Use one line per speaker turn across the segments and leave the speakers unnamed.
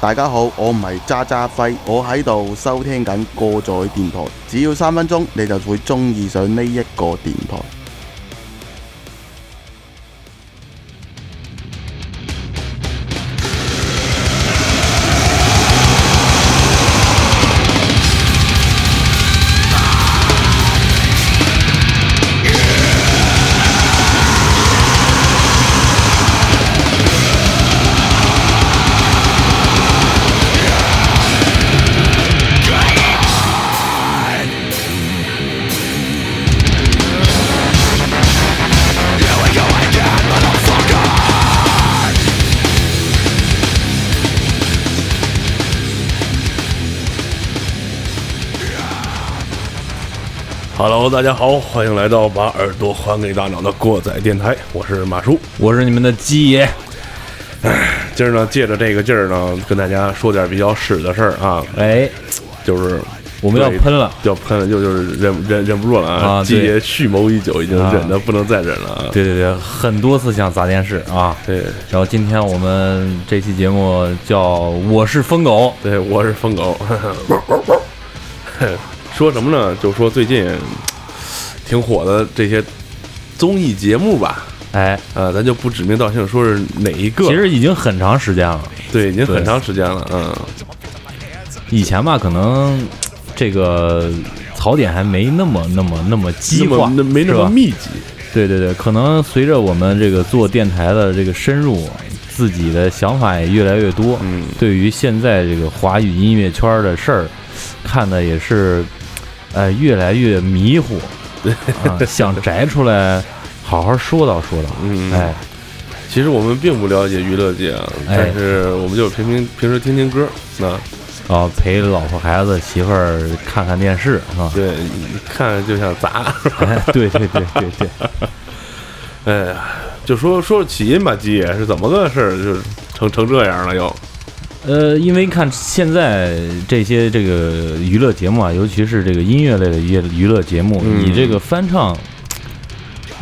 大家好，我唔係渣渣輝，我喺度收聽緊過載電台，只要三分鐘你就會中意上呢一個電台。
Hello，大家好，欢迎来到把耳朵还给大脑的过载电台，我是马叔。
我是你们的鸡爷，
今儿呢，借着这个劲儿呢，跟大家说点比较屎的事儿啊，
哎，
就是
我们要
对
喷了，
要喷了，就就是忍忍忍不住了啊！
啊
季
对
爷蓄谋已久，已经
啊
忍的不能再忍了啊！
对对对，很多次想砸电视啊。
对
然后今天我们这期节目叫《我是疯狗》，
对，我是疯狗， 说什么呢？就说最近挺火的这些综艺节目吧，
哎，
啊，咱就不指名道姓说是哪一个，
其实已经很长时间了。
对，已经很
对
长时间了，嗯。
以前吧，可能这个槽点还没那么那么那么激
那
化
么，那没那
是
么
吧
密集，
对对对，可能随着我们这个做电台的这个深入，自己的想法也越来越多。
嗯
对于现在这个华语音乐圈的事儿，看的也是，呃，越来越迷 糊，啊，想摘出来好好说道说道。
嗯，
哎，
其实我们并不了解娱乐界啊，
哎
但是我们就是平平平时听听歌，啊，
啊，陪老婆孩子媳妇儿看看电视，是吧？
对，一看就想砸，
哎，对对对对对，
哎呀，就说说说起因吧，鸡爷是怎么个事儿，就是成成这样了又，
呃，因为看现在这些这个娱乐节目啊，尤其是这个音乐类的娱娱乐节目，
嗯
以这个翻唱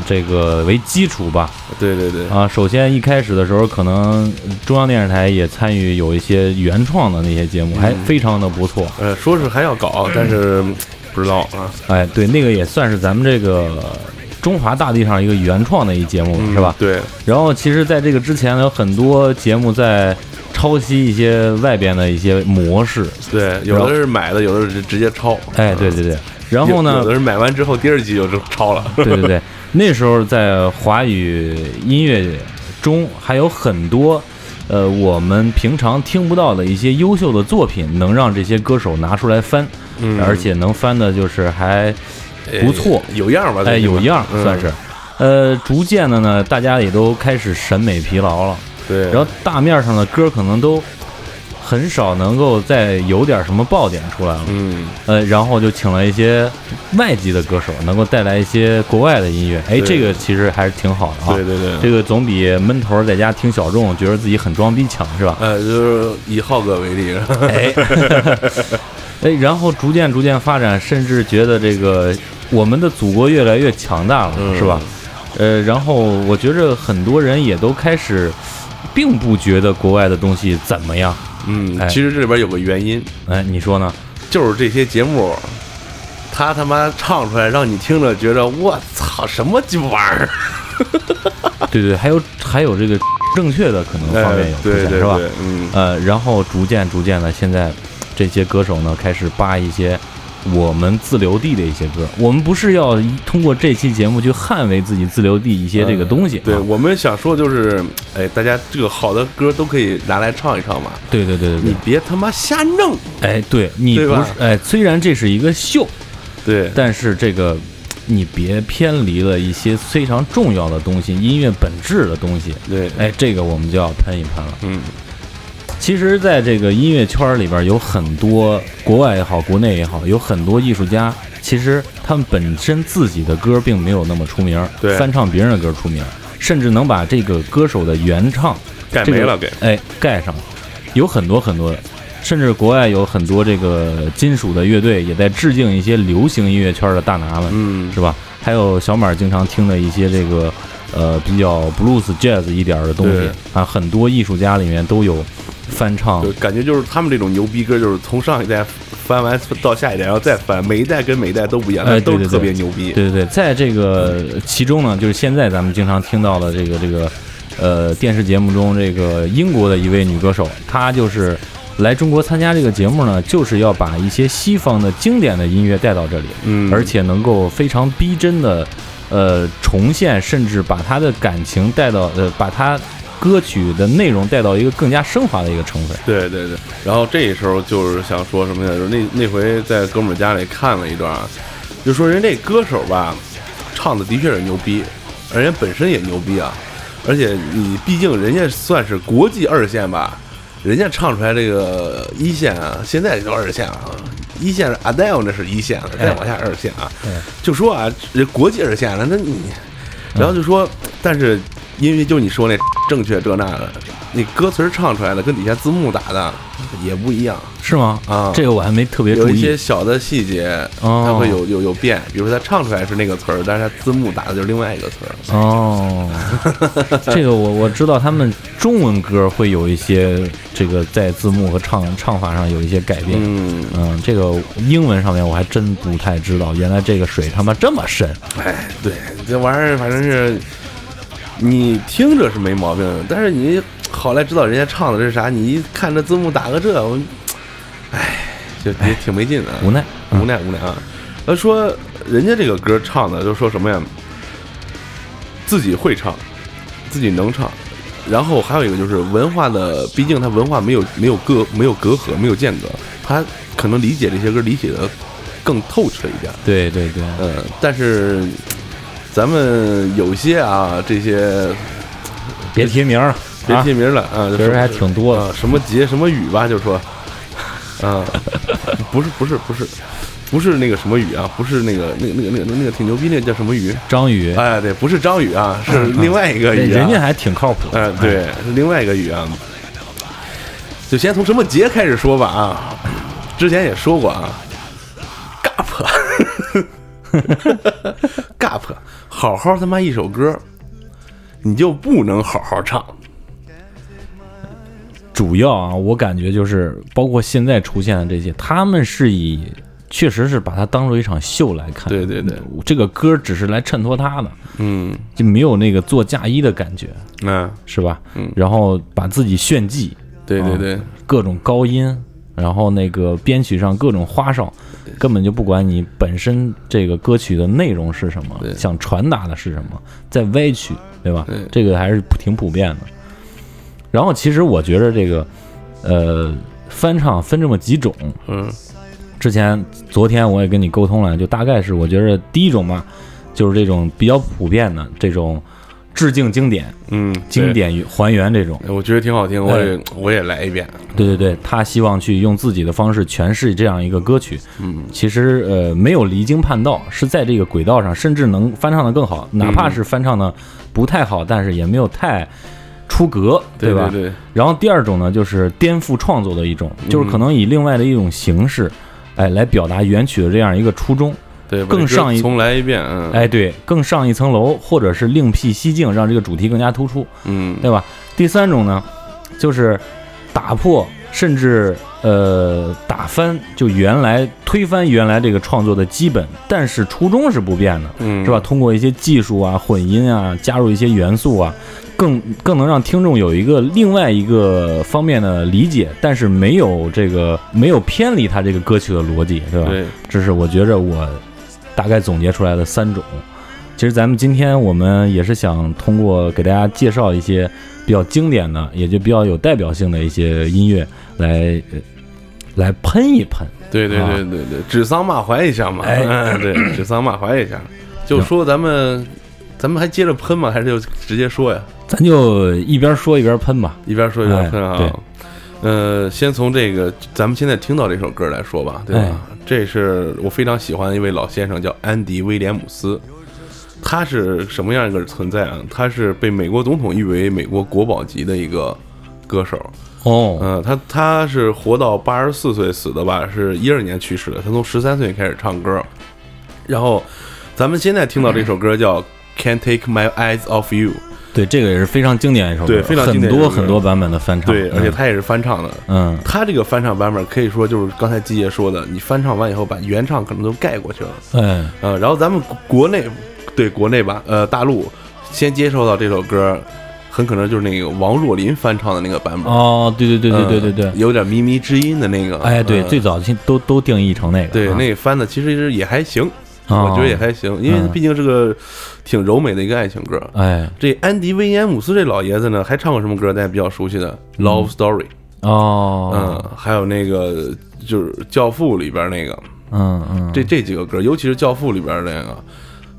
这个为基础吧。
对对对，
啊，首先一开始的时候，可能中央电视台也参与有一些原创的那些节目，还
嗯
非常的不错。
呃，说是还要搞，
嗯
但是不知道啊，
哎，对，那个也算是咱们这个中华大地上一个原创的一节目，
嗯
是吧？
对，
然后其实，在这个之前呢，有很多节目在抄袭一些外边的一些模式。
对，有的是买的，有的是直接抄，
哎，对对对。然后
有
呢
有，的是买完之后第二集就抄了，
对对对，那时候在华语音乐中还有很多。呃，我们平常听不到的一些优秀的作品，能让这些歌手拿出来翻，
嗯
而且能翻的就是还不错，
哎有样儿吧，
哎
最起码
有样儿
嗯
算是。呃，逐渐的呢，大家也都开始审美疲劳了，
对，
然后大面上的歌可能都很少能够再有点什么爆点出来了。
嗯。
呃，然后就请了一些外籍的歌手，能够带来一些国外的音乐。哎，
对
这个其实还是挺好的啊。
对对对
这个总比闷头儿在家听小众，觉得自己很装逼强， 是吧？
呃，就是以浩哥为例，
哎，哎，然后逐渐逐渐发展，甚至觉得这个我们的祖国越来越强大了，
嗯
是吧？呃，然后我觉着很多人也都开始，并不觉得国外的东西怎么样。
嗯，
哎
其实这里边有个原因，
哎，你说呢？
就是这些节目，他他妈唱出来让你听着觉得我操什么鸡巴玩意儿，
对对，还有还有这个正确的可能方面有出
哎对
现，
对
是吧？
对，嗯，
呃，然后逐渐逐渐的，现在这些歌手呢开始扒一些我们自留地的一些歌。我们不是要通过这期节目去捍卫自己自留地一些这个东西啊、
对我们想说就是，哎，大家这个好的歌都可以拿来唱一唱嘛，
对对对对
你
对，
别他妈瞎弄，
哎，对你
对
不
吧
是哎，虽然这是一个秀，
对
但是这个你别偏离了一些非常重要的东西，音乐本质的东西。
对，
哎，这个我们就要喷一喷了。
嗯，
其实，在这个音乐圈里边，有很多国外也好，国内也好，有很多艺术家，其实他们本身自己的歌并没有那么出名，
对
翻唱别人的歌出名，甚至能把这个歌手的原唱
盖
这个
没了给，
哎盖上，有很多很多，甚至国外有很多这个金属的乐队也在致敬一些流行音乐圈的大拿们，
嗯
是吧？还有小马儿经常听的一些这个呃比较 blues jazz 一点儿的东西
对
啊，很多艺术家里面都有翻唱
就，感觉就是他们这种牛逼歌，就是从上一代翻完到下一代，然后再翻，每一代跟每一代都不一样，
哎
但都
对
是
对
特
对
别牛逼。
对对对，在这个其中呢，就是现在咱们经常听到的这个这个呃电视节目中，这个英国的一位女歌手，她就是来中国参加这个节目呢，就是要把一些西方的经典的音乐带到这里，
嗯，
而且能够非常逼真的呃重现，甚至把她的感情带到呃把她歌曲的内容带到一个更加升华的一个成分。
对对对，然后这时候就是想说什么呢？就是那那回在哥们儿家里看了一段啊，就说人这歌手吧，唱的的确是牛逼，而人本身也牛逼啊，而且你毕竟人家算是国际二线吧，人家唱出来这个一线啊，现在都二线啊，一线是 Adele 那是一线了，再往下二线啊，就说啊，这国际二线了，那你，然后就说，但是因为就你说那正确这那的，那歌词儿唱出来的跟底下字幕打的也不一样，
是吗？
啊
这个我还没特别注
有一
意
些。小的细节，
哦
它会有有有变，比如说他唱出来是那个词儿，但是他字幕打的就是另外一个词儿。
哦，这个我我知道，他们中文歌会有一些这个在字幕和唱唱法上有一些改变。嗯
嗯，
这个英文上面我还真不太知道，原来这个水他妈这么深。
哎，对，这玩意儿反正是你听着是没毛病的，但是你好赖知道人家唱的是啥，你一看这字幕打个这，我，哎，就也挺没劲的啊。
无奈，
无奈无奈啊。他说人家这个歌唱的就说什么呀？自己会唱，自己能唱，然后还有一个就是文化的，毕竟他文化没有没有隔没有隔阂没有间隔，他可能理解这些歌理解的更透彻一点。
对对对，
嗯，但是咱们有些啊这些
别提名儿，
别
啊
提名了啊，就
其实
说
还挺多的
啊，什么节什么语吧，就 说，啊，不是不是不是，不是那个什么语啊，不是那个那个那个那个那个挺牛逼那个叫什么语？
张宇，
哎，对，不是张宇啊，是另外一个
嗯对
语、啊，
人家还挺靠谱。
哎，对，是另外一个语啊。就先从什么节开始说吧啊，之前也说过啊，gap，gap，好 好他妈一首歌，你就不能好好唱，
主要啊，我感觉就是包括现在出现的这些，他们是以确实是把它当做一场秀来看。
对对对，
这个歌只是来衬托他的，
嗯，
就没有那个做嫁衣的感觉，
嗯，
是吧？
嗯
然后把自己炫技，啊
对对对。
各种高音，然后那个编曲上各种花哨，根本就不管你本身这个歌曲的内容是什么，
对
想传达的是什么，在歪曲，对吧？
对
这个还是挺普遍的。然后其实我觉得这个，呃，翻唱分这么几种，
嗯
之前昨天我也跟你沟通了，就大概是我觉得第一种嘛，就是这种比较普遍的这种致敬经典、
嗯，
经典还原这种。
对，哎我觉得挺好听，我也
哎
我也来一遍。
对对对，他希望去用自己的方式诠释这样一个歌曲。
嗯，
其实呃没有离经叛道，是在这个轨道上，甚至能翻唱的更好，
嗯
哪怕是翻唱的不太好，但是也没有太出格，
对
吧？
对，嗯
然后第二种呢，就是颠覆创作的一种，就是可能以另外的一种形式，哎，来表达原曲的这样一个初衷。
对，
更
把这
上一
歌重来一遍。嗯，，
哎，对，更上一层楼，或者是另辟蹊径，让这个主题更加突出，
嗯，
对吧？第三种呢，就是打破甚至呃打翻，就原来推翻原来这个创作的基本，但是初衷是不变的，
嗯，
是吧？？通过一些技术啊、混音啊，加入一些元素啊，更更能让听众有一个另外一个方面的理解，但是没有这个没有偏离他这个歌曲的逻辑，对吧？
对，
这是我觉着我大概总结出来的三种。其实咱们今天我们也是想通过给大家介绍一些比较经典的，也就比较有代表性的一些音乐来呃来喷一喷。
对对
啊
对对对，指桑骂槐一下嘛。
哎
嗯， 对，指桑骂槐一下。就说咱们，咱们还接着喷吗？还是就直接说呀？
咱就一边说一边喷吧。
一边说一边
哎
喷啊
对。
呃，先从这个咱们现在听到这首歌来说
哎
啊吧，对吧？这是我非常喜欢的一位老先生，叫安迪·威廉姆斯。他是什么样一个存在啊？他是被美国总统誉为美国国宝级的一个歌手。
哦，
嗯，他他是活到八十四岁死的吧？是一二年去世的。他从十三岁开始唱歌，然后咱们现在听到这首歌叫《Can't Take My Eyes Off You》，
对，这个也是非常经典一首歌，
对非常经
很
典
多
一首歌
很多版本的翻唱，
对，而且
嗯
他也是翻唱的。
嗯
他这个翻唱版本可以说就是刚才季爷说的，你翻唱完以后把原唱可能都盖过去了。
哎
呃，然后咱们国内对国内吧，呃，大陆先接受到这首歌，很可能就是那个王若琳翻唱的那个版本。
哦，对对对对对对
呃
对，
有点靡靡之音的那个。
哎对，
呃
最早先都都定义成那个，
对
啊
那个翻的其实也还行，
哦
我觉得也还行，因为
嗯
毕竟是个挺柔美的一个爱情歌。
哎
这安迪·威廉姆斯这老爷子呢，还唱过什么歌？大家比较熟悉的《Love Story》，嗯
哦，，
还有那个就是《教父》里边那个，
嗯嗯，
这这几个歌，尤其是《教父》里边那个，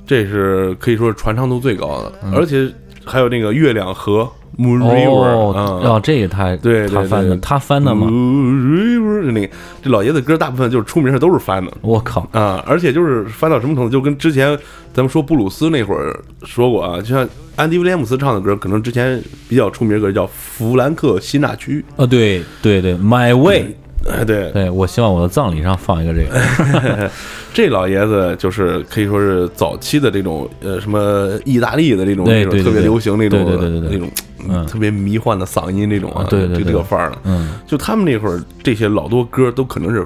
这是可以说是传唱度最高的，
嗯
而且还有那个《月亮河》Moon River，
哦，
嗯，
哦，这个他
对对
他翻的，
对嗯
他翻的吗？
Moon River 那个这老爷子歌大部分就是出名的都是翻的
我靠，
啊，而且就是翻到什么程度，就跟之前咱们说布鲁斯那会儿说过啊，就像安迪·威廉姆斯唱的歌，可能之前比较出名的歌叫《弗兰克辛纳区》，
呃，对对对，My Way，
哎，对，
对我希望我的葬礼上放一个这 个，
这老爷子就是可以说是早期的这种呃什么意大利的这种
对
那种
对对
特别流行那种
对对对对对
那种嗯特别迷幻的嗓音那种啊
啊，对对
就
对
这个范儿了。
嗯，
就他们那会儿这些老多歌都可能是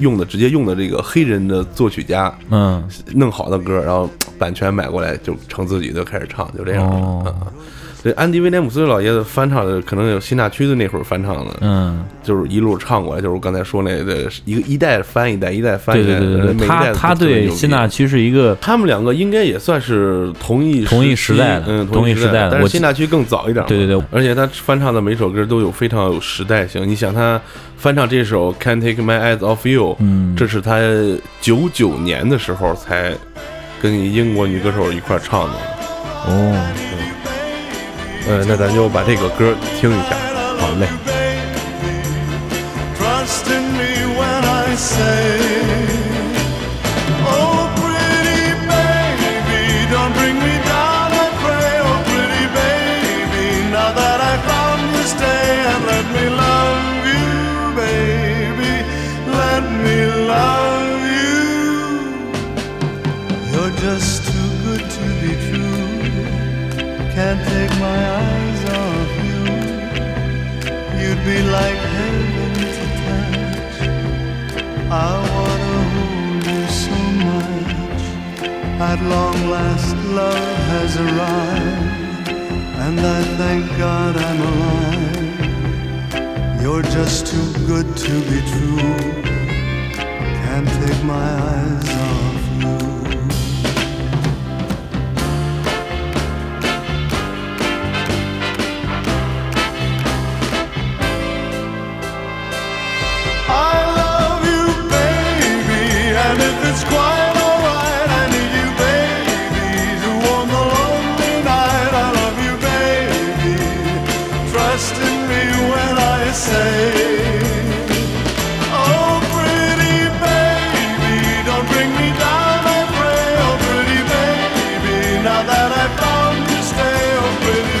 用的直接用的这个黑人的作曲家
嗯，
弄好的歌，然后版权买过来就成自己的开始唱，就这样了。
哦
啊这安迪·威廉姆斯老爷子翻唱的，可能有辛纳区的那会儿翻唱的，
嗯，
就是一路唱过来，就是我刚才说那个一个一代翻一代，一代翻
对
一代，
对对对
每
对，
一代
他
都
他
特别
对
牛逼
辛纳区是一个
他们两个应该也算是同一
同一时
期
代的
嗯，
同
一
一时代的
但是
我
辛
记
纳区更早一点。
对对对，
而且他翻唱的每首歌都有非常有时代性。你想他翻唱这首《Can't Take My Eyes Off You》，
嗯
这是他九九年的时候才跟英国女歌手一块儿唱的。嗯
哦。
呃，那咱就把这个歌听一下。
好嘞。
Trust in me when I say, Oh, pretty baby, don't bring me down, I pray. Oh, pretty baby, now that I found you, stay and let me love you, baby. Let me love you. You're just too good to be true. Can't take my eyes off you. You'd be like heaven to touch. I wanna hold you so much. At long last, love has arrived, and I thank God I'm alive. You're just too good to be true. Can't take my eyes off you. I love you, baby, and if it's quite alright, I need you, baby, to warm the lonely night. I love you, baby. Trust in me when I say. Oh, pretty baby, don't bring me down, I pray. Oh, pretty baby, now that I found you, stay. Oh, pretty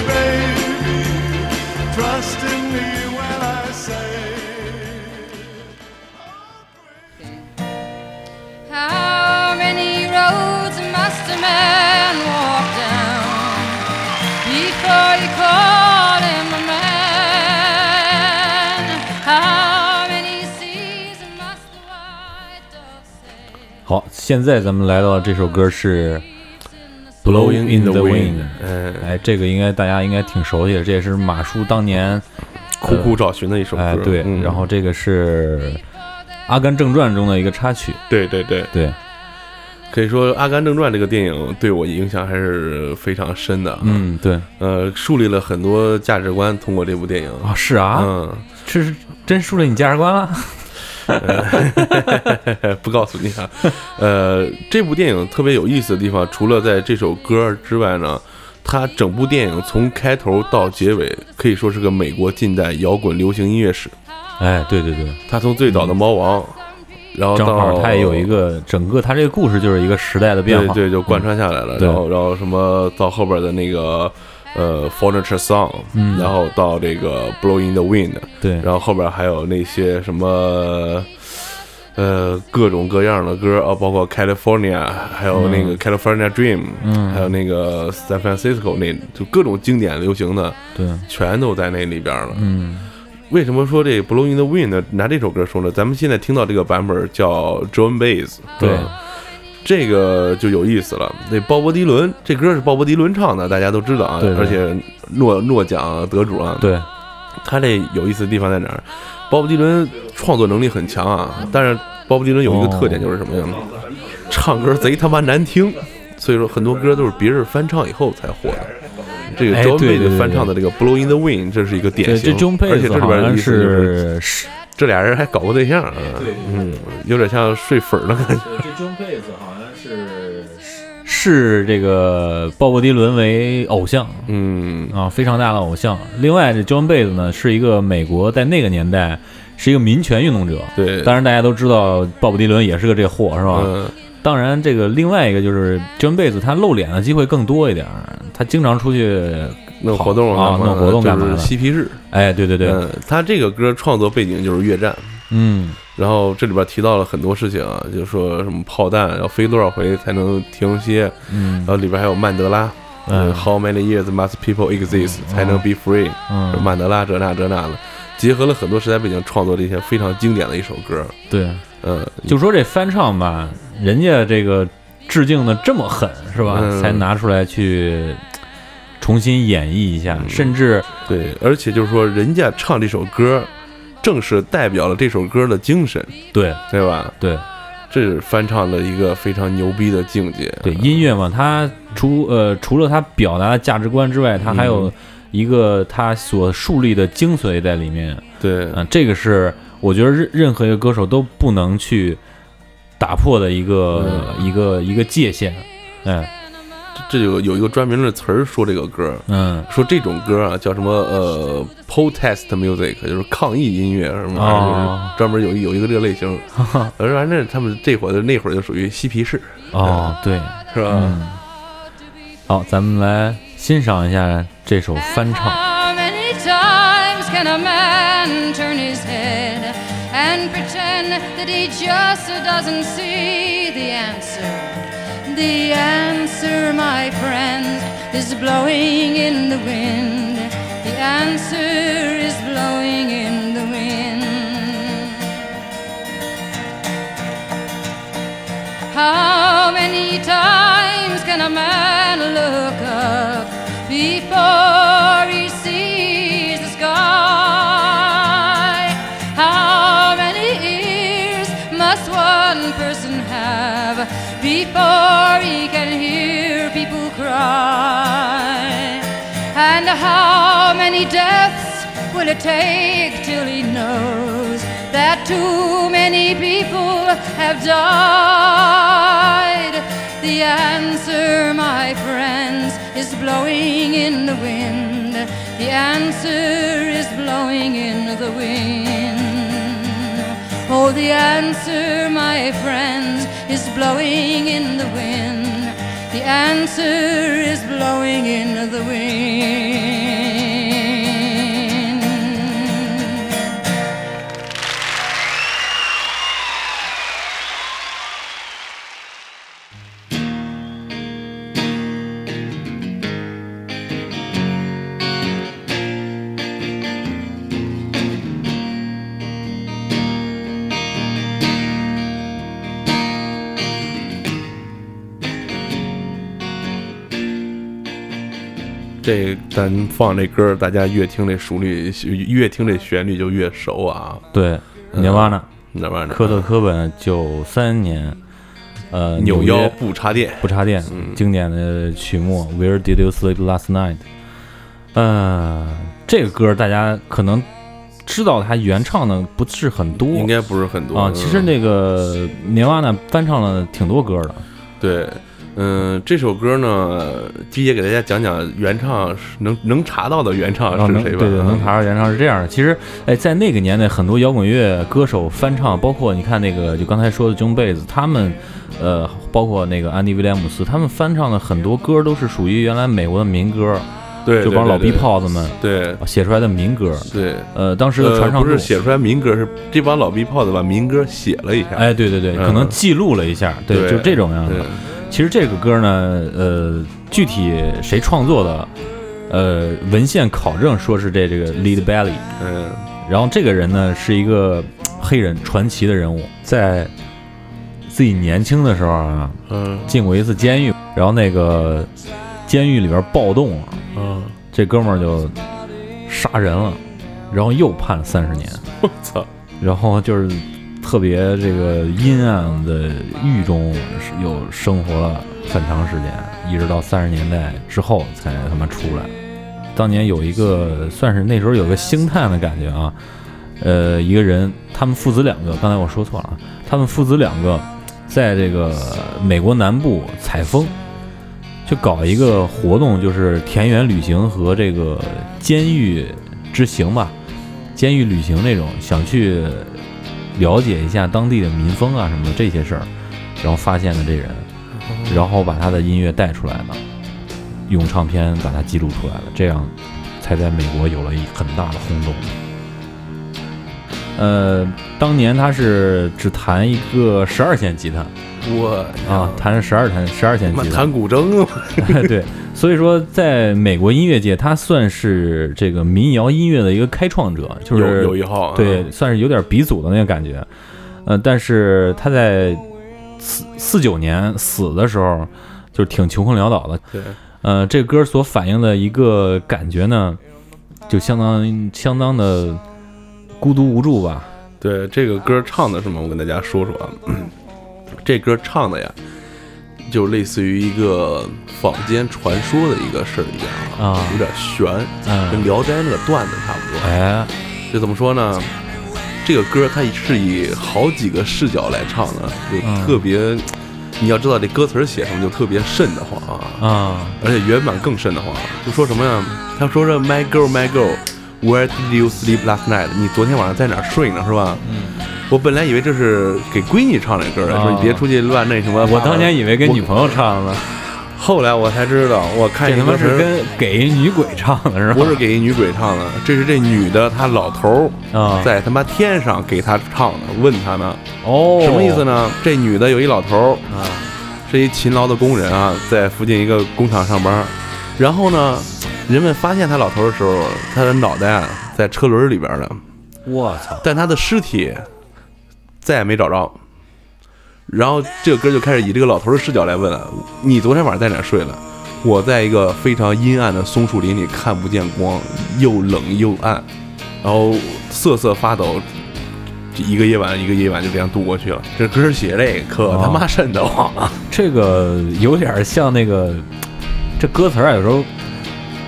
baby, trust in me when I say.
How many roads must a man walk down before you call him a man? How many seas must the white dove sail?
好，现在咱们来到这首歌是
Blowing in the
Wind》
Wind，嗯
哎，这个应该大家应该挺熟悉的，这也是马叔当年
苦苦找寻的一首歌。
哎对，
嗯
然后这个是《阿甘正传》中的一个插曲，
对对对，
对，
可以说《阿甘正传》这个电影对我影响还是非常深的。，啊
嗯，对
呃，树立了很多价值观，通过这部电影。
啊，是啊，
嗯，
这是真树立你价值 观了，
不告诉你 啊。呃，这部电影特别有意思的地方，除了在这首歌之外呢，它整部电影从开头到结尾，可以说是个美国近代摇滚流行音乐史。
哎，对对对，
它从最早的猫王，然后
正好
到
它也有一个整个它这个故事就是一个时代的变化，嗯
对对，就贯穿下来了。
对
然后然后什么到后边的那个呃 Furniture Song，嗯，然后到这个 Blow in the Wind，
对
然后后边还有那些什么。呃，各种各样的歌啊，包括 California，还
嗯
有那个 California Dream，嗯，还有那个 San Francisco，那就各种经典流行的，
对，
全都在那里边了。嗯，为什么说这《Blowing the Wind》呢？拿这首歌说呢？咱们现在听到这个版本叫 John Baez，
对
嗯这个就有意思了。那鲍勃迪伦这歌是鲍勃迪伦唱的，大家都知道啊，
对对
而且诺诺奖得主啊。，
对，
他这有意思的地方在哪儿？鲍勃迪伦创作能力很强啊，但是鲍勃迪伦有一个
哦
特点就是什么呀？唱歌贼他妈难听，所以说很多歌都是别人翻唱以后才火的。这个
哎
John
对对对
Baez 翻唱的这个《Blow in the Wind》，这是一个典
对这
型，
中配
而且这里
好
边的
像
意思就是
是是
这俩人还搞过对象啊，嗯，有点像睡粉儿的感觉。
这 John Baez 好像是视这个鲍勃迪伦为偶像
嗯，
啊，非常大的偶像。另外，这 John Baez 呢是一个美国在那个年代是一个民权运动者。
对，
当然，大家都知道鲍勃迪伦也是个这货，是吧？
嗯，
当然，这个另外一个就是 John Baez 他露脸的机会更多一点儿，他经常出去，
弄活动
啊
干嘛
弄活动干嘛
就
的
是嬉皮士。
哎，对对对，
嗯，他这个歌创作背景就是越战，
嗯，
然后这里边提到了很多事情啊，就说什么炮弹要飞多少回才能停歇，
嗯
然后里边还有曼德拉。
嗯
呃 How many years must people exist 才能 be free？
嗯
曼德拉这那这那的，结合了很多时代背景创作了一些非常经典的一首歌。
对，
嗯，
就说这翻唱吧，人家这个致敬的这么狠，是吧？
嗯
才拿出来去重新演绎一下，
嗯
甚至
对，而且就是说，人家唱这首歌，正是代表了这首歌的精神，
对
对吧？
对
这是翻唱的一个非常牛逼的境界。
对，音乐嘛，它除呃除了它表达的价值观之外，它还
嗯
有一个它所树立的精髓在里面。
对
嗯、，这个是我觉得任任何一个歌手都不能去打破的一个、一个一个界限。哎，
这有有一个专门的词儿说这个歌，
嗯，
说这种歌啊叫什么呃 protest music，就是抗议音乐什么玩意儿，
哦
就是专门有一有一个这个类 型。而反正他们这会儿那会儿就属于嬉皮士，
哦，对，
是吧？
嗯好，咱们来欣赏一下这首翻
And
唱。
How many times can a man turn his head and pretend that he just doesn't see the answer? The answer, my friends, is blowing in the wind. The answer is blowing in the wind. How many times can a man look up before he sees the sky? How many ears must one person have before he can hear people cry? And how many deaths will it take till he knows that too many people have died? The answer, my friends, is blowing in the wind. The answer is blowing in the wind. Oh, the answer, my friends, is blowing in the wind. The answer is blowing in the wind.
这咱放这歌，大家越听这熟率，越听这旋律就越熟啊。
对，涅瓦纳，
那玩意儿，啊
科特·科本九三年，呃，
扭
纽
腰
约嗯
不插电。
不插电，经典的曲目《Where Did You Sleep Last Night》。呃，这个歌大家可能知道，它原唱的不是很多，
应该不是很多
啊啊。其
嗯
实
啊
那个涅瓦纳翻唱了挺多歌的，
对，嗯，这首歌呢，季姐给大家讲讲原唱是能能查到的原唱
然后
是
啊能
谁
对
吧？嗯
对，能查到原唱是这样的。其实，哎，在那个年代，很多摇滚乐歌手翻唱，包括你看那个就刚才说的 John Baez，他们，呃，包括那个安迪威廉姆斯，他们翻唱的很多歌都是属于原来美国的民歌，
对，对
就帮老逼，炮子们
对对
写出来的民歌。
对。
呃，当时的
呃
传唱
不
度、
是写出来民歌，是这帮老逼炮子把民歌写了一下。
哎，对对对，
嗯
可能记录了一下，对，
对
就这种样子
对，。
其实这个歌呢，呃，具体谁创作的，呃，文献考证说是这这个 Lead Belly，
嗯，
然后这个人呢是一个呃黑人传奇的人物，在自己年轻的时候啊，
嗯
进过一次监狱，然后那个监狱里边暴动了，
嗯，
这哥们儿就杀人了，然后又判三十年，
我操，
然后就是特别这个阴暗的狱中又生活了很长时间，一直到三十年代之后才他妈出来。当年有一个算是那时候有个星探的感觉啊，呃，一个人，他们父子两个，刚才我说错了啊，他们父子两个在这个美国南部采风，就搞一个活动，就是田园旅行和这个监狱之行吧，监狱旅行那种，想去了解一下当地的民风啊什么的这些事儿，然后发现了这人，
哦
然后把他的音乐带出来了，用唱片把它记录出来了，这样才在美国有了一很大的轰动。呃，当年他是只弹一个十二弦吉他
我
啊，弹十二弹十二弦
妈
吉他，
弹古筝啊，
对，所以说在美国音乐界，他算是这个民谣音乐的一个开创者，就
有
是
有一号啊，
对，算是有点鼻祖的那个感觉。呃，但是他在四四九年死的时候，就是挺穷困潦倒的。
对，
呃，这歌所反映的一个感觉呢，就相当相当的孤独无助吧。
对，这个歌唱的什么？我跟大家说说啊， 这歌唱的呀，就类似于一个坊间传说的一个事儿一样
啊
有点悬，
嗯
跟《聊斋》那个段子差不多。
哎，
就怎么说呢？这个歌它是以好几个视角来唱的，就
嗯
特别，你要知道这歌词儿写什么，就特别瘆得慌啊。
啊，
而且原版更瘆得慌，啊就说什么呀？他说这 My girl, my girl, where did you sleep last night？你昨天晚上在哪儿睡呢？是吧？嗯。我本来以为这是给闺女唱这歌的，
啊
说你别出去乱那什么。
呃我当年以为跟女朋友唱哎的，
我，后来我才知道，我看
这
一
他妈
歌
是
词，
跟给女鬼唱的是吧？
不是给一女鬼唱的，这是这女的她老头
啊
儿在他妈天上给她唱的，问她呢
哦，
什么意思？呢？这女的有一老头儿，
啊，
是一勤劳的工人啊，在附近一个工厂上班。然后呢，人们发现他老头儿的时候，他的脑袋啊在车轮里边儿了，
我操，
但他的尸体再也没找着。然后这个歌就开始以这个老头儿的视角来问了：“你昨天晚上在哪儿睡了？”我在一个非常阴暗的松树林里，看不见光，又冷又暗，然后瑟瑟发抖，这一个夜晚一个夜晚就这样度过去了。这歌儿写这可
哦
他妈瘆得慌啊！
这个有点像那个，这歌词儿啊，有时候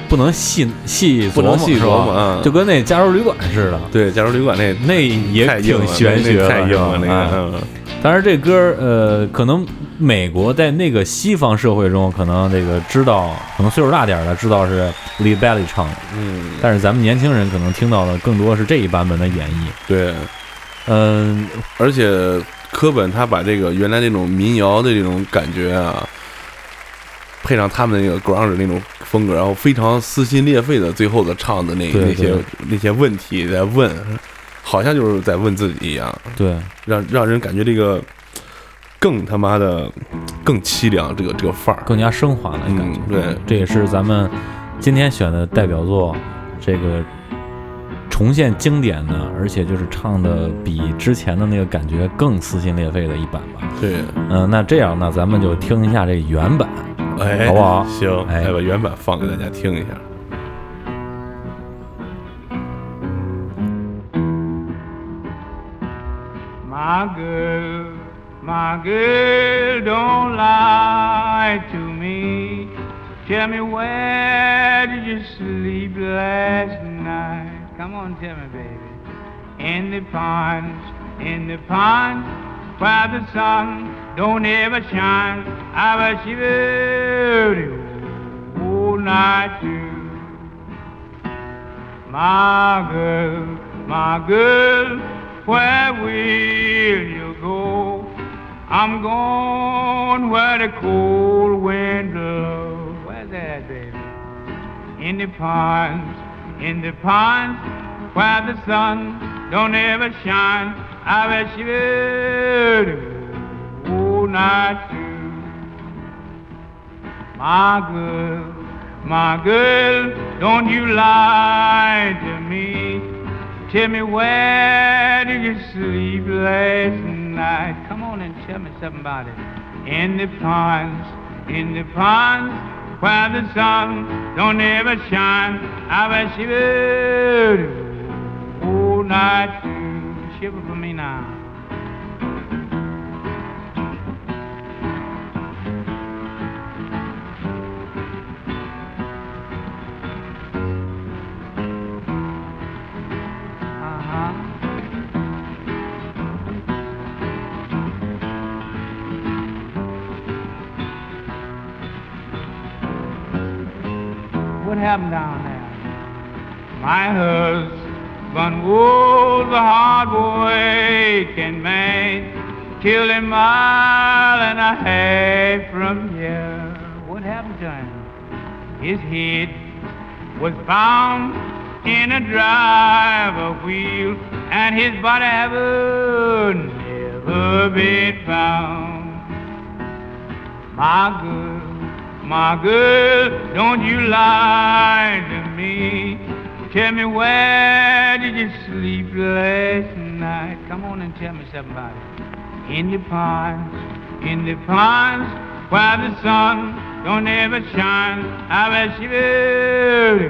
不能细细
不能
琢磨
细
是
琢
吧
磨嗯
就跟那加州旅馆似的，
对，加州旅馆那
那
太
也
硬了
挺玄学
那
的
太硬了那
是吧哎
个。嗯
当然，这歌儿呃，可能美国在那个西方社会中，可能这个知道，可能岁数大点儿的知道是 Lee Bailey 唱的，
嗯，
但是咱们年轻人可能听到的更多是这一版本的演绎。
对，
嗯、
而且科本他把这个原来那种民谣的这种感觉啊，配上他们那个 grunge 那种风格，然后非常撕心裂肺的最后的唱的那
对
那些
对
那些问题在问，好像就是在问自己一样，
对，
让让人感觉这个更他妈的更凄凉，这个这个范儿。
更加升华了感
嗯，
觉。
对，
这也是咱们今天选的代表作，这个重现经典的，而且就是唱的比之前的那个感觉更撕心裂肺的一版吧。
对，
嗯、那这样呢，咱们就听一下这个原版。
哎，
好不好
行，
哎
来把原版放给大家听一下。
My girl, my girl, don't lie to me. Tell me where did you sleep last night? Come on, tell me, baby. In the ponds, in the ponds, where the sun don't ever shine. I will shiver the whole night through. My girl, my girl, where will you go? I'm going where the cold wind blows. Where's that, baby? In the pines, in the pines, where the sun don't ever shine. I will shiver the whole night through. My girl, my girl, don't you lie to me. Tell me where did you sleep last night? Come on and tell me something about it. In the ponds, in the ponds, where the sun don't ever shine. I will shiver all night through. Shiver for me now. Uh-huh. What happened down there? My husband was a hard working man, till a mile and a half from here. What happened to him? His head was bound in a driver wheel, and his body ever never been found. My girl, my girl, don't you lie to me. Tell me where did you sleep last night? Come on and tell me something about it. In the pines, in the pines, where the sun don't ever shine. I will shiver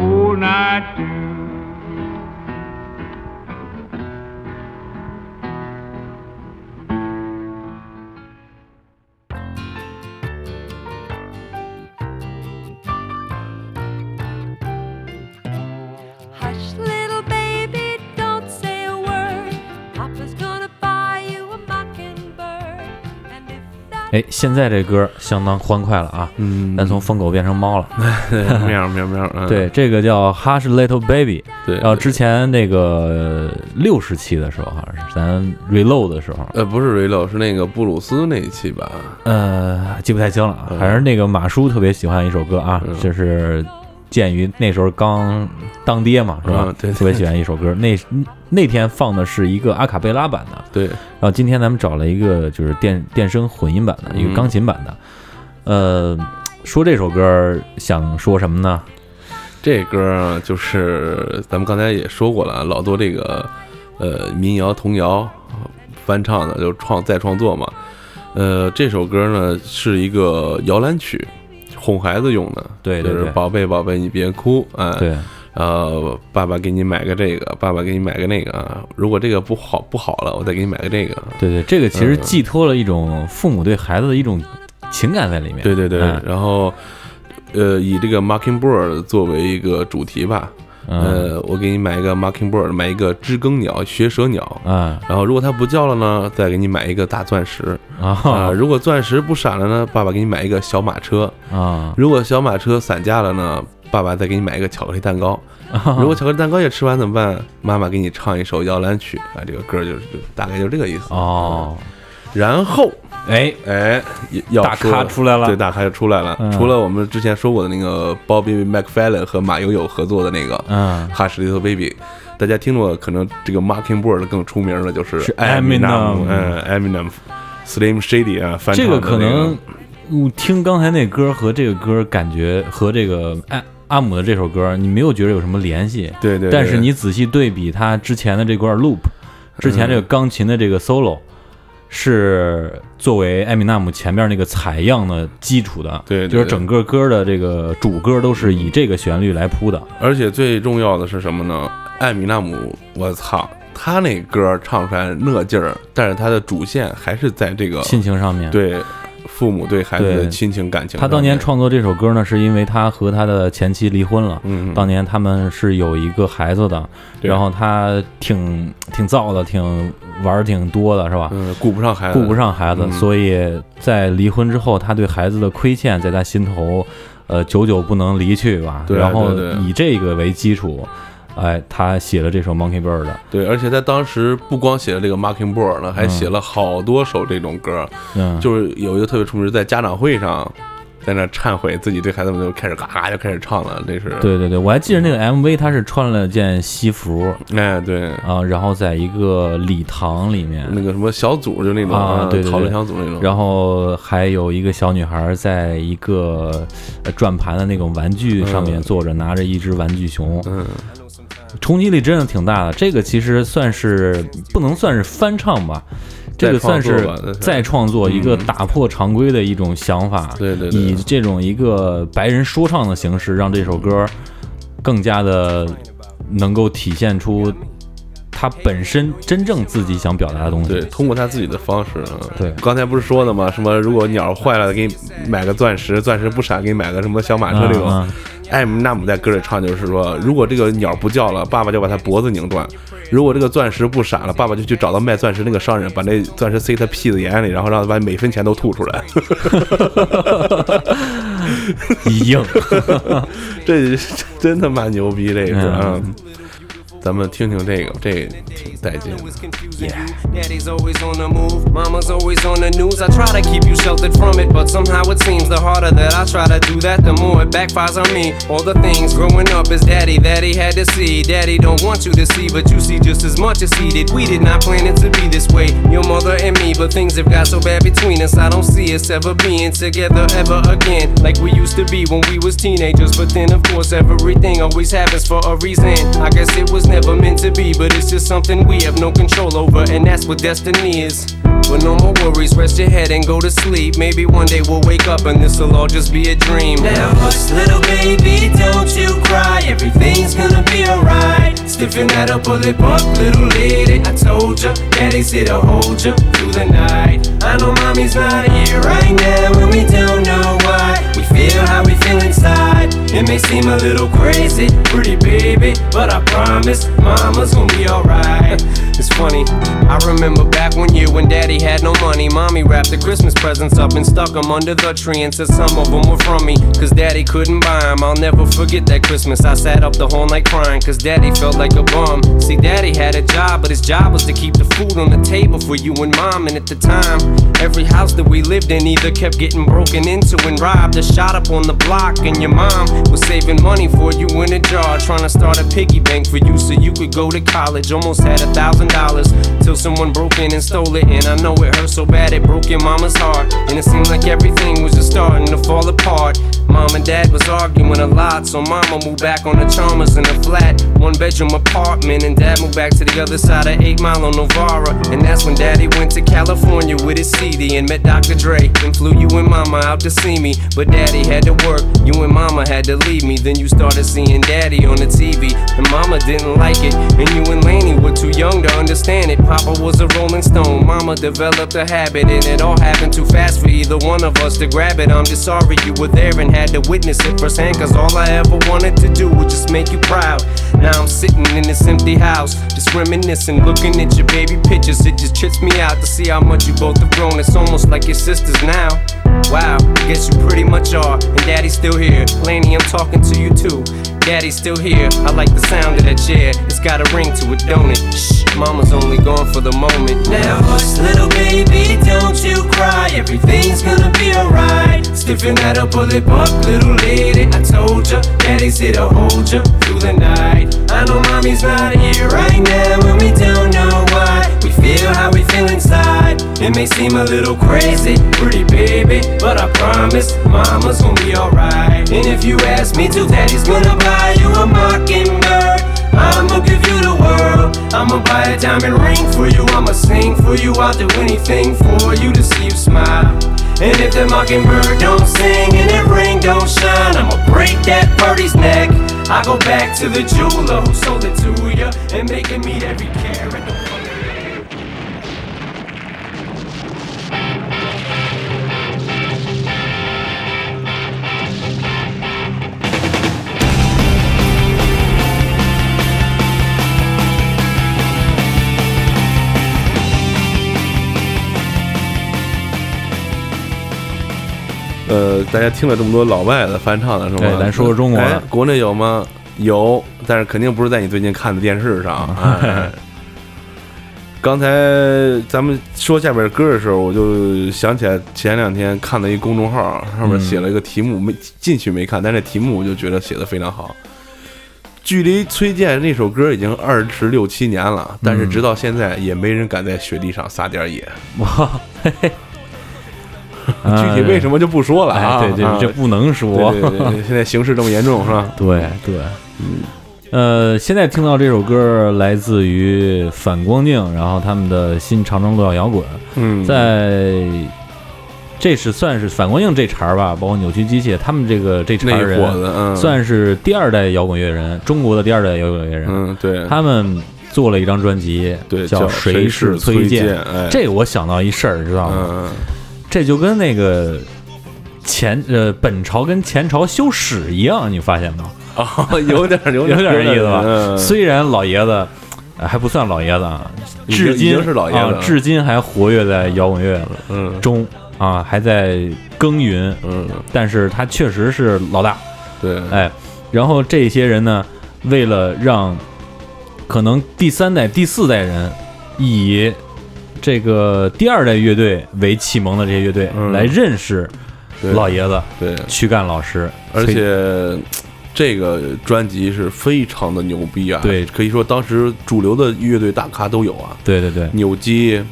all night through.
Hush, little baby, don't say a word. Papa's gonna buy you a mockingbird. And if that
哎，现在这歌相当欢快了啊，
嗯
但从疯狗变成 猫了。
喵喵喵，嗯
对，这个叫《Hush Little Baby》，
对，
然后之前那个呃六十期的时候，好像是咱 reload 的时候，
呃不是 Relo，是那个布鲁斯那一期吧？
呃，记不太清了
嗯
啊，反正那个马叔特别喜欢一首歌啊，就是鉴于那时候刚当爹嘛，是吧
嗯？对对
特别喜欢一首歌。那那天放的是一个阿卡贝拉版的，
对，
然后今天咱们找了一个就是电电声混音版的，一个
嗯
钢琴版的。呃，说这首歌儿想说什么呢？
这歌啊，就是咱们刚才也说过了，啊，老多这个呃民谣、童谣呃翻唱的，就创再创作嘛。呃，这首歌呢是一个摇篮曲，哄孩子用的。
对对
就是
对
宝贝宝贝你别哭啊。哎。
对，
呃，爸爸给你买个这个，爸爸给你买个那个啊。如果这个不好不好了，我再给你买个这个。
对对，这个其实
嗯
寄托了一种父母对孩子的一种情感在里面。
对对对，
嗯
然后呃，以这个 Mockingbird 作为一个主题吧。
嗯
呃，我给你买一个 Mockingbird，买一个知更鸟、学舌鸟。
啊
然后如果它不叫了呢，再给你买一个大钻 石啊、
啊
如果钻石不闪了呢，爸爸给你买一个小马车。
啊！
如果小马车散架了呢，爸爸再给你买一个巧克力蛋 糕。如果巧克力蛋糕也吃完怎么办？妈妈给你唱一首摇篮曲啊，这个歌就是就大概就这个意思。
哦，
然后
哎，
哎，要
大
说
咖出来了
对，大咖就出来了。
嗯
除了我们之前说过的那个 Bobby McFerrin 和马友友合作的那个
嗯
《哈什 Little Baby》，大家听过可能这个 Mockingbird 更出名的就是
是
Eminem，
Eminem
嗯，Eminem。Slim Shady 啊，翻
这
唱的
个可
那
能我听刚才那歌和这个歌，感觉和这个阿阿姆的这首歌，你没有觉得有什么联系？
对对对嗯
但是你仔细对比他之前的这段 loop，之前这个钢琴的这个 solo，、是作为艾米纳姆前面那个采样的基础的。
对对对
就是整个歌的这个主歌都是以这个旋律来铺的。
而且最重要的是什么呢？艾米纳姆，我操，他那歌唱出来那劲儿，但是他的主线还是在这个
心情上面，，
对父母对孩子的
对
亲情感情。
他当年，创作这首歌呢，是因为他和他的前妻离婚了。
嗯，
当年他们是有一个孩子的，
对
然后他挺挺燥的，挺玩儿挺多的，是吧？
嗯顾不上孩子，
顾不上孩子
嗯，
所以在离婚之后，他对孩子的亏欠在他心头，呃，久久不能离去吧。
对
然后
对对
以这个为基础，哎，他写了这首《Monkey Bird》。
对，而且他当时不光写了这个 Marking Board 呢，还写了好多首这种歌，
嗯，
就是有一个特别出名，在家长会上，在那忏悔自己对孩子们就开始嘎嘎就开始唱了，这是，
对对对，我还记得那个 MV，他是穿了件西服
哎对，
啊，然后在一个礼堂里面，
那个什么小组就那种
啊对对对
讨论小组那种，
然后还有一个小女孩在一个呃转盘的那种玩具上面
嗯
坐着，拿着一只玩具熊，
嗯，
冲击力真的挺大的。这个其实算是不能算是翻唱吧，这个算
再
是
创作吧嗯这是
再创作一个打破常规的一种想法，
嗯对对对
以这种一个白人说唱的形式，让这首歌更加的能够体现出他本身真正自己想表达的东西。
对，通过他自己的方式。嗯
嗯对
刚才不是说的吗？什么如果鸟坏了，给你买个钻石，钻石不闪，给你买个什么小马车这种。哎
嗯
艾姆纳姆在歌里唱就是说，如果这个鸟不叫了，爸爸就把它脖子拧断；如果这个钻石不闪了，爸爸就去找到卖钻石那个商人，把那钻石塞他屁子眼里，然后让他把每分钱都吐出来。
硬。
这这真他妈牛逼，这个是
嗯
嗯。咱们听听这个，嗯这挺带劲的。
Always confusing you. Daddy's always on the move, mama's always on the news. I try to keep you sheltered from it, but somehow it seems the harder that I try to do that, the more it backfires on me. All the things growing up is daddy that he had to see. Daddy don't want you to see, but you see just as much as he did. We did not plan it to be this way, your mother and me, but things have got so bad between us. I don't see us ever being together ever again, like we used to be when we was teenagers. But then, of course, everything always happens for a reason. I guess it was never meant to be, but it's just something we have no control over, and that's what destiny is. But no more worries, rest your head and go to sleep. Maybe one day we'll wake up and this'll all just be a dream. Now, hush, little baby, don't you cry. Everything's gonna be alright. Stiffen that up, pull it up, little lady. I told ya, daddy's here to hold ya through the night. I know mommy's not here right now, and we don't know why. We feel how we feel inside. It may seem a little crazy, pretty baby, but I promise mama's gonna be alright. It's funny, I remember back one year when daddy had no money. Mommy wrapped the Christmas presents up and stuck them under the tree and said some of them were from me, cause daddy couldn't buy them. I'll never forget that Christmas. I sat up the whole night crying, cause daddy felt like a bum. See, daddy had a job, but his job was to keep the food on the table for you and mom. And at the time, every house that we lived in either kept getting broken into and robbed or shot up on the block. And your mom was saving money for you in a jar, trying to start a piggy bank for you so you could go to college. Almost had a thousand dollars till someone broke in and stole it. And I know it hurt so bad it broke your mama's heart. And it seemed like everything was just starting to fall apart. Mom and dad was arguing a lot, so mama moved back on the Chalmers in a flat, one bedroom apartment. And dad moved back to the other side of 8 Mile on Novara. And that's when daddy went to California with his CD and met Dr. Dre. And flew you and mama out to see me. But daddy had to work, you and mama had to leave me. Then you started seeing daddy on the TV, and mama didn't like it. And you and Laney were too young to understand it. Papa was a rolling stone, mama developed a habit, and it all happened too fast for either one of us to grab it. I'm just sorry you were there and had to witness it firsthand, cause all I ever wanted to do was just make you proud. Now I'm sitting in this empty house, just reminiscing, looking at your baby pictures. It just trips me out to see how much you both have grown. It's almost like your sisters now. Wow, I guess you pretty much are, and daddy's still here. Laney, I'm talking to you too. Daddy's still here. I like the sound of that chair. It's got a ring to it, don't it? Shh, mama's only gone for the moment. Now, hush, little baby, don't you cry. Everything's gonna be alright. Stiffen that up, pull it up, little lady. I told ya, daddy's here to hold ya through the night. I know mommy's not here right now, and we don't know why. We feel how we feel inside. It may seem a little crazy, pretty baby, but I promise mama's gonna be alright. And if you ask me to, daddy's gonna buy you a mockingbird. I'ma give you the world. I'ma buy a diamond ring for you. I'ma sing for you. I'll do anything for you to see you smile. And if the mockingbird don't sing and that ring don't shine, I'ma break that birdie's neck. I go back to the jeweler who sold it to you and make him meet every carrot.
呃，大家听了这么多老外的翻唱的是吗？
对咱说说中国的
哎国内有吗？有，但是肯定不是在你最近看的电视上。 哎刚才咱们说下边歌的时候，我就想起来前两天看了一公众号，上面写了一个题目，没进去没看，但是题目我就觉得写的非常好。距离崔健那首歌已经二十六七年
嗯
了，但是直到现在也没人敢在雪地上撒点野。
哇，嘿嘿，
具体为什
么？
么就不说了啊。
哎，对
啊
对，这不能说。
对对对，现在形势这么严重是吧？
对对，嗯，呃，现在听到这首歌来自于反光镜，然后他们的新长征路要摇滚，
嗯
在这是算是反光镜这茬儿吧，包括扭曲机械，他们这个这茬
那
儿
一伙
人
子，嗯，
算是第二代摇滚乐人，中国的第二代摇滚乐人，
嗯对，
他们做了一张专辑，
对
叫
叫
《
谁
是
是崔
健》
健哎
这我想到一事儿，知道吗？
嗯
这就跟那个前呃本朝跟前朝修史一样，你发现没有？
哦， 有点有
有点意思吧？
嗯
虽然老爷子呃还不算老爷子啊，
已经
至
已
今
经是老爷子
啊
了
至今还活跃在摇滚乐
嗯
中啊，还在耕耘，
嗯，
但是他确实是老大，
对，
哎，然后这些人呢，为了让可能第三代、第四代人以这个第二代乐队为启蒙的这些乐队、
嗯
来认识
对
老爷子
对，
躯干老师，
而
崔
且。这个专辑是非常的牛逼啊！
对
可以说当时主流的乐队大咖都有啊，
对对对，
扭机、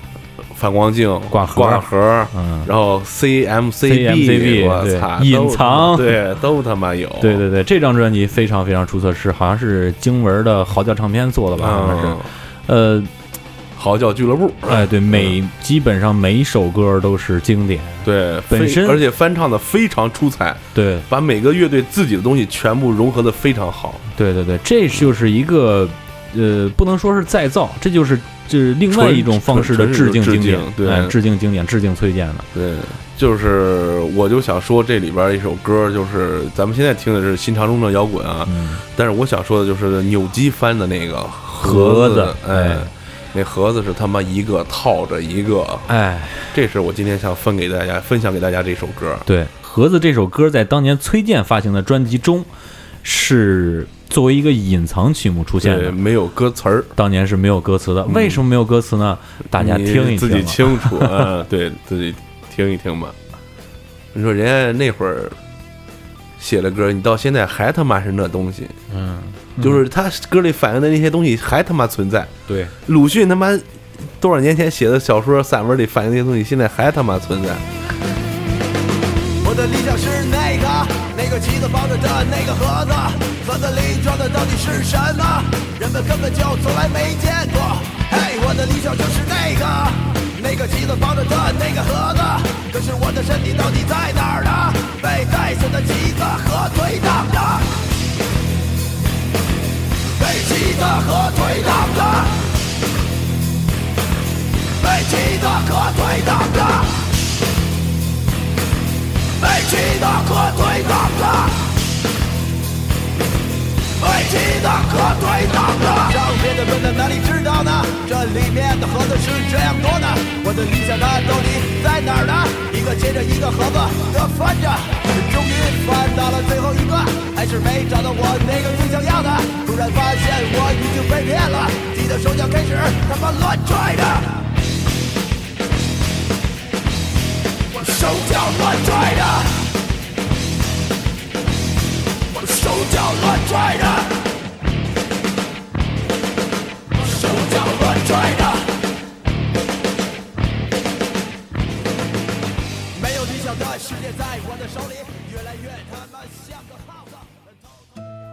反光镜、
挂盒
挂盒，
嗯
然后 CMCB，
CMCB
我
对
操，
隐
都
藏
对，都他妈有，
对对对，这张专辑非常非常出色，是好像是经文的嚎叫唱片做的吧？好像
嗯
是，，呃，
嚎叫俱乐部，
哎，对，每基本上每一首歌都是经典，
对，
本
非
身
而且翻唱的非常出彩，
对
把每个乐队自己的东西全部融合的非常好，
对对对，这就是一个呃，不能说是再造，这就是就是另外
纯
一种方式的
纯
致敬
纯
经
是
典，
致敬对
哎致敬经典，致敬崔健的，
对，就是我就想说这里边一首歌，就是咱们现在听的是新长征的摇滚啊，
嗯，
但是我想说的就是扭机翻的那个
盒
子，
子
哎
哎。
那盒子是他妈一个套着一个，
哎，
这是我今天想分给大家分享给大家这首歌。
对，《盒子》这首歌在当年崔健发行的专辑中是作为一个隐藏曲目出现
对，
的。
没有歌词儿，
当年是没有歌词的，为什么没有歌词呢？大家
嗯你
听啊一听吧，
自己清楚，嗯， 对自己听一听吧。你说人家那会儿写的歌，你到现在还他妈是那东西，嗯，就是他歌里反映的那些东西还他妈存在。
对，
鲁迅他妈多少年前写的小说、散文里反映那些东西，现在还他妈存在。
我的理想是那个，那个旗子包着的那个盒子，盒子里装的到底是什么？人们根本就从来没见过。嘿，我的理想就是那个，那个旗子包着的那个盒子，可是我的身体到底在哪儿呢？被带神的旗子和腿挡了，被旗子和腿挡了，被旗子和腿挡了。被击的火腿挡了，被击的火腿挡了。上面的笨蛋哪里知道呢？这里面的盒子是这样多呢。我的理想它到底在哪儿呢？一个接着一个盒子的翻着，终于翻到了最后一个，还是没找到我那个最想要的。突然发现我已经被骗了，你的手脚开始他妈乱拽着。我手脚乱拽着，我手脚乱拽着，我手脚乱拽着。没有理想的世界在我的手里，越来越他妈像个耗子。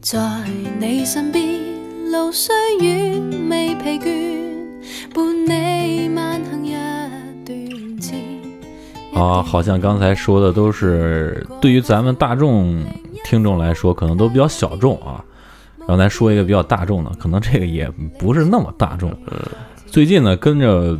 在你身边，路虽远未疲倦，
啊，好像刚才说的都是对于咱们大众听众来说，可能都比较小众啊。然后咱说一个比较大众的，可能这个也不是那么大众。
嗯
最近呢，跟着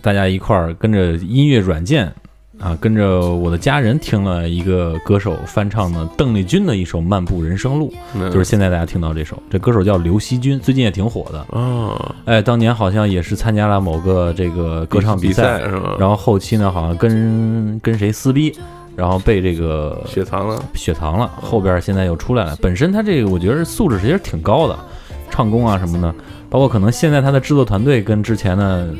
大家一块儿，跟着音乐软件啊，跟着我的家人听了一个歌手翻唱的邓丽君的一首《漫步人生路》，嗯
嗯
就是现在大家听到这首。这歌手叫刘惜君，最近也挺火的。
啊，
哎，当年好像也是参加了某个这个歌唱
比
比赛，
是吧？
然后后期呢，好像跟跟谁撕逼，然后被这个
雪藏了，
雪藏了，后边现在又出来了。本身他这个我觉得素质其实挺高的，唱功啊什么的，包括可能现在他的制作团队跟之前的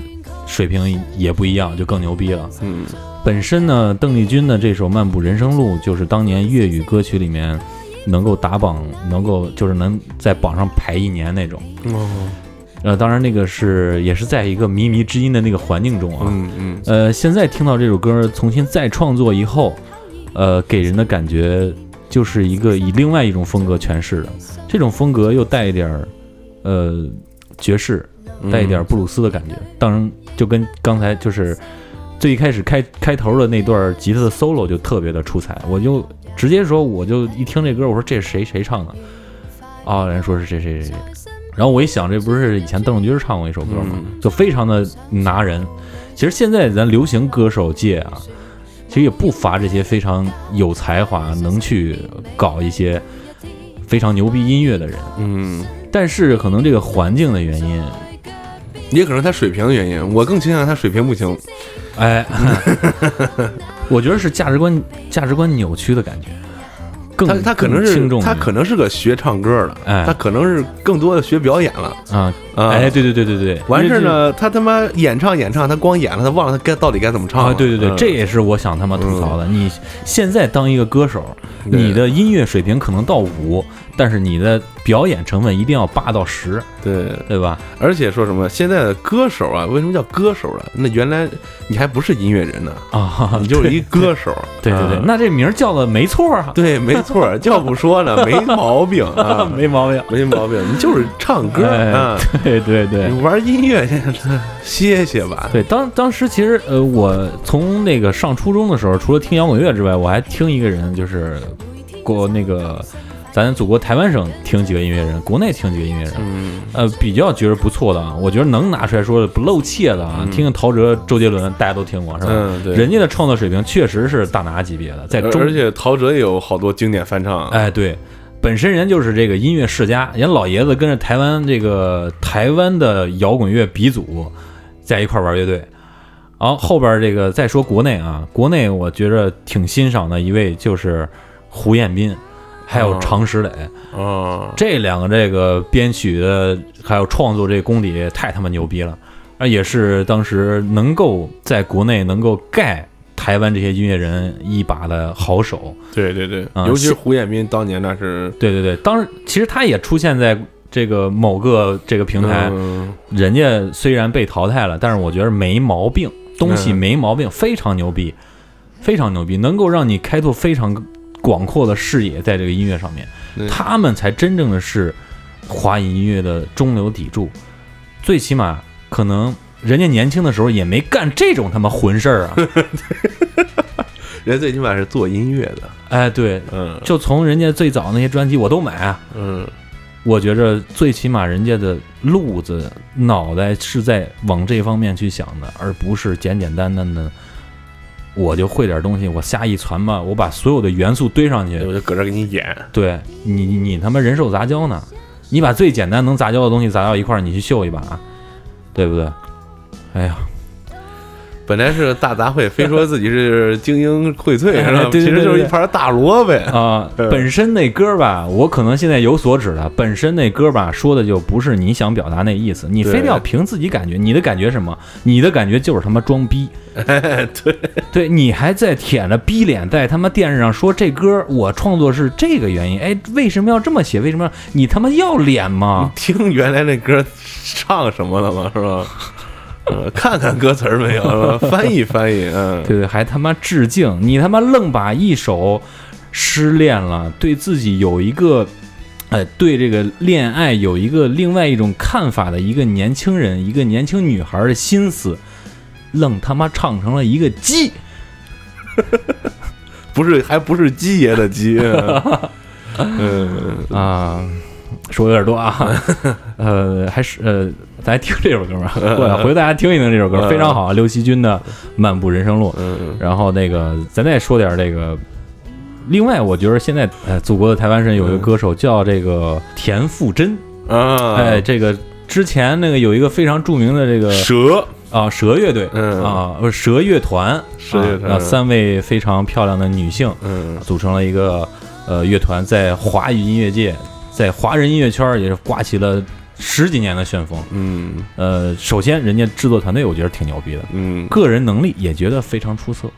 水平也不一样，就更牛逼了。
嗯，
本身呢，邓丽君的这首《漫步人生路》就是当年粤语歌曲里面能够打榜，能够就是能在榜上排一年那种。
哦，
呃，当然那个是也是在一个靡靡之音的那个环境中啊，
嗯嗯，
呃，现在听到这首歌重新再创作以后，呃，给人的感觉就是一个以另外一种风格诠释的，这种风格又带一点儿呃爵士，带一点儿布鲁斯的感觉。当然，就跟刚才就是最一开始开开头的那段吉他的 solo 就特别的出彩，我就直接说，我就一听这歌，我说这是谁谁唱的？啊，人家说是谁谁谁谁。然后我一想，这不是以前邓丽君唱过一首歌吗？就非常的拿人。其实现在咱流行歌手界啊，其实也不乏这些非常有才华、能去搞一些非常牛逼音乐的人，
嗯，
但是可能这个环境的原因，
也可能他水平的原因，我更倾向他水平不行。
哎， 我觉得是价值观价值观扭曲的感觉，更
他他可能
更
是
轻重
他可能是个学唱歌的，
哎
他可能是更多的学表演了。
啊，
啊
哎，对对对对对，
完事儿
因为这。
呢，他他妈演唱演唱，他光演了，他忘了他该到底该怎么唱
啊，
了。
对对对，
嗯
这也是我想他妈吐槽的。你现在当一个歌手，
对
你的音乐水平可能到五，但是你的表演成分一定要八到十，
对，
对吧？
而且说什么现在的歌手啊，为什么叫歌手了？那原来你还不是音乐人呢，
啊，
你就是一歌手。
对对对，
嗯
那这名儿叫的没错 啊，，
对，没错儿，叫不说呢，没毛病啊
没毛病。
没毛病，你就是唱歌
哎
啊，
对对对
你玩音乐现在歇歇 吧。
对，当当时其实呃，我从那个上初中的时候，除了听摇滚乐之外，我还听一个人，就是国那个咱祖国台湾省听几个音乐人，国内听几个音乐人，
嗯，
呃，比较觉得不错的啊，我觉得能拿出来说不露怯的啊，听听陶喆、周杰伦，大家都听过是吧？
嗯对
人家的创作水平确实是大拿级别的，在
而
哎中
而且陶喆也有好多经典翻唱，啊
哎，对，本身人就是这个音乐世家，人老爷子跟着台湾这个台湾的摇滚乐鼻祖在一块儿玩乐队。然后后边这个再说国内啊，国内我觉着挺欣赏的一位就是胡彦斌，还有
哦
常石磊、
哦，
这两个这个编曲的还有创作这功底太他妈牛逼了，啊，也是当时能够在国内能够盖台湾这些音乐人一把的好手。
对对对，
啊
尤其是
是
胡彦斌当年那是
对对对，当时其实他也出现在这个某个这个平台，
嗯
人家虽然被淘汰了，但是我觉得没毛病，东西
嗯
没毛病，非常牛逼，非常牛逼，能够让你开拓非常广阔的视野，在这个音乐上面
对，
他们才真正的是华语音乐的中流砥柱，最起码可能。人家年轻的时候也没干这种他妈混事 儿啊！
人最起码是做音乐的，
哎，对，
嗯
就从人家最早那些专辑我都买啊，
嗯，
我觉着最起码人家的路子、脑袋是在往这方面去想的，而不是简简单单的我就会点东西，我瞎一传吧，我把所有的元素堆上去。
我就搁这儿给你演，
对你，你你他妈人兽杂交呢？你把最简单能杂交的东西杂到一块儿，你去秀一把，对不对？哎呀，
本来是大杂烩，非说自己是精英荟萃，
哎
是吧？
对对
其实
对
就是一
对
盘大萝卜。
啊、
嗯
本身那歌吧，我可能现在有所指了。本身那歌吧，说的就不是你想表达那意思，你非
对
得要凭自己感觉。你的感觉什么？你的感觉就是他妈装逼。
哎对，
对你还在舔着逼脸在他妈电视上说这歌我创作是这个原因，哎，为什么要这么写？为什么要你他妈要脸吗？
听原来那歌唱什么了吗？是吧？呃，看看歌词儿没有，是吧翻译翻译，嗯，
对对，还他妈致敬，你他妈愣把一首失恋了，对自己有一个，呃，对这个恋爱有一个另外一种看法的一个年轻人，一个年轻女孩的心思，愣他妈唱成了一个鸡。
不是，还不是鸡爷的鸡。 嗯，
啊，说有点多 啊，呃，还是呃，咱听这首歌 吧，对，回头大家听一听这首歌，非常好啊，刘惜君的《漫步人生路》。
嗯
然后那个，咱再说点这个。另外，我觉得现在呃，祖国的台湾省有一个歌手叫这个田馥甄，
啊，
哎，，这个之前那个有一个非常著名的这个
蛇，
啊蛇乐队，
嗯
啊不是蛇乐团，
蛇乐团
啊那三位非常漂亮的女性，
嗯
组成了一个呃乐团，在华语音乐界，在华人音乐圈儿也是刮起了十几年的旋风。
嗯
呃，首先人家制作团队我觉得挺牛逼的，
嗯，
个人能力也觉得非常出色。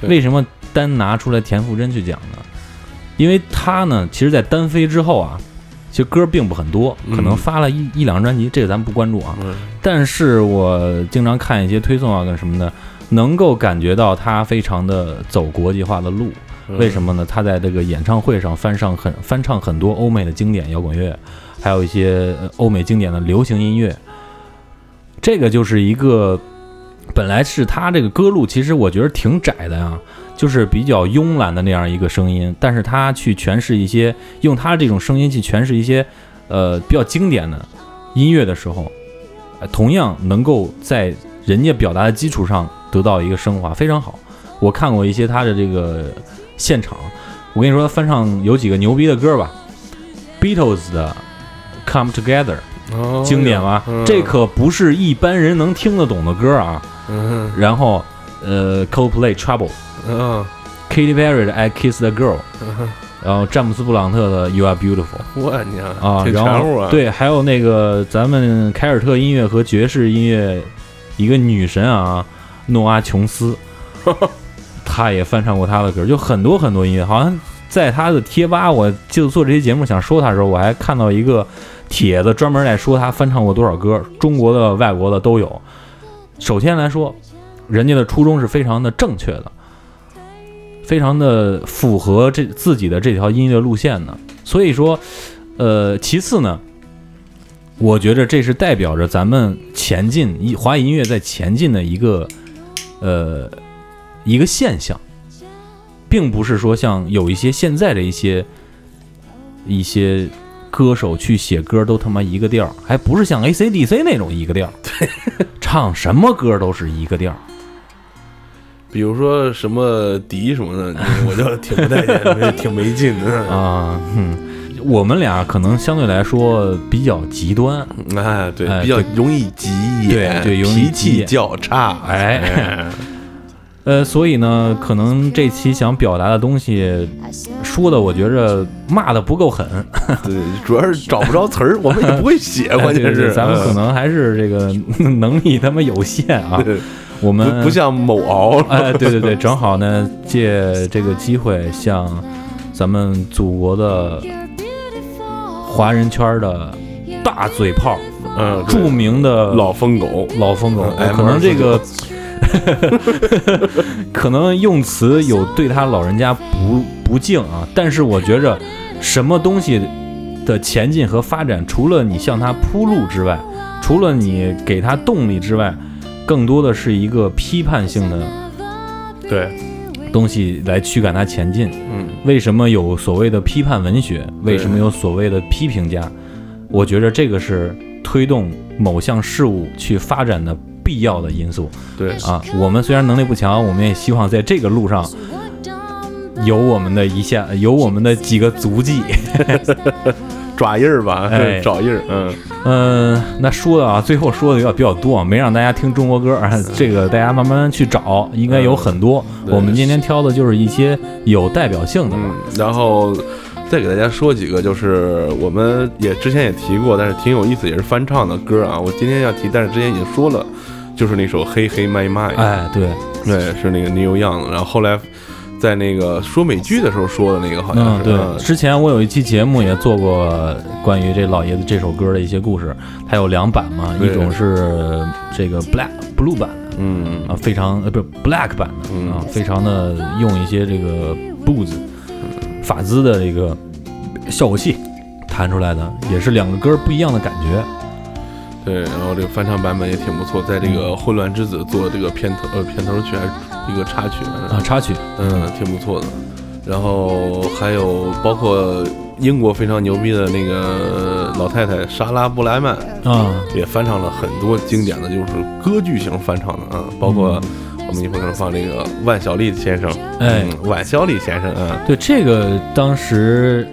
对
为什么单拿出来田馥甄去讲呢？因为她呢，其实，在单飞之后啊，其实歌并不很多，可能
嗯
发了一、一两张专辑，这个咱们不关注啊。
嗯
但是我经常看一些推送啊，跟什么的，能够感觉到她非常的走国际化的路。
嗯
嗯为什么呢？他在这个演唱会上翻唱很翻唱很多欧美的经典摇滚乐，还有一些呃欧美经典的流行音乐。这个就是一个本来是他这个歌路，其实我觉得挺窄的啊，就是比较慵懒的那样一个声音，但是他去诠释一些用他这种声音去诠释一些呃比较经典的音乐的时候，呃同样能够在人家表达的基础上得到一个升华，非常好。我看过一些他的这个现场，我跟你说，他翻唱有几个牛逼的歌吧，Beatles 的《Come Together》
哦
经典吧，
嗯
这可不是一般人能听得懂的歌啊。
嗯
然后，呃，Coldplay《Trouble》
嗯，
，Katy Perry 的《I Kiss the Girl》，然后詹姆斯布朗特的《You Are Beautiful
我娘》
啊，
挺
然
全乎
后
啊，，
对，还有那个咱们凯尔特音乐和爵士音乐一个女神啊，诺阿 琼斯，她也翻唱过她的歌，就很多很多音乐，好像在她的贴吧，我就做这些节目想说她的时候，我还看到一个帖子专门在说她翻唱过多少歌，中国的、外国的都有。首先来说，人家的初衷是非常的正确的，非常的符合这自己的这条音乐路线的。所以说，呃，其次呢，我觉着这是代表着咱们前进一华语音乐在前进的一个呃一个现象，并不是说像有一些现在的一些一些歌手去写歌都他妈一个调儿，还不是像 AC/DC 那种一个调儿，唱什么歌都是一个调儿。
比如说什么迪什么 的，你我就挺不待见，挺没劲的。
啊，嗯，我们俩可能相对来说比较极端，
哎，对
哎，
比较容易急眼，
对对容易
脾
急
气
眼
较差，
哎，呃，所以呢，可能这期想表达的东西说的，我觉着骂的不够狠，
对，主要是找不着词儿，我们也不会 写， 关
对
键
哎对
是嗯
咱们可能还是这个能力他妈有限啊，
嗯对
我们
不不像某敖，
哎，对对对，正好呢，借这个机会向咱们祖国的华人圈的大嘴炮，
嗯，对
著名的
老疯狗，
老疯狗，
哎
可能这个 可能用词有对他老人家不不敬啊，但是我觉着什么东西的前进和发展，除了你向他铺路之外，除了你给他动力之外，更多的是一个批判性的
对，
东西来驱赶他前进。
嗯，
为什么有所谓的批判文学？为什么有所谓的批评家？我觉着这个是推动某项事物去发展的必要的因素
对，
啊。我们虽然能力不强，我们也希望在这个路上有我们的一下，有我们的几个足迹。
爪印儿吧，
哎
爪印儿，嗯，
嗯，那说的啊，最后说的有点比较多，没让大家听中国歌，啊，这个大家慢慢去找，应该有很多。
对
我们今天挑的就是一些有代表性的吧。
嗯，然后再给大家说几个，就是我们也之前也提过，但是挺有意思，也是翻唱的歌啊。我今天要提，但是之前已经说了，就是那首《嘿嘿麦麦》，
哎，对，
对，是那个 Neil Young，的然后后来在那个说美剧的时候说的那个，好像
嗯，
是，
对，之前我有一期节目也做过关于这老爷子这首歌的一些故事，它有两版嘛，
对
一种是这个 black blue 版的
嗯
啊，非常呃不是 black 版的
嗯
啊，非常的用一些这个 blues 法兹的这个效果器弹出来的，也是两个歌不一样的感觉。嗯
对，然后这个翻唱版本也挺不错，在这个《混乱之子》做这个片头呃片头曲还是一个插曲
啊，插曲，
嗯，挺不错的。然后还有包括英国非常牛逼的那个老太太莎拉布莱曼，
啊，
也翻唱了很多经典的，就是歌剧型翻唱的啊，包括我们一会儿可能放这个万晓利先生，
哎
嗯，万晓利先生，嗯，
对这个当时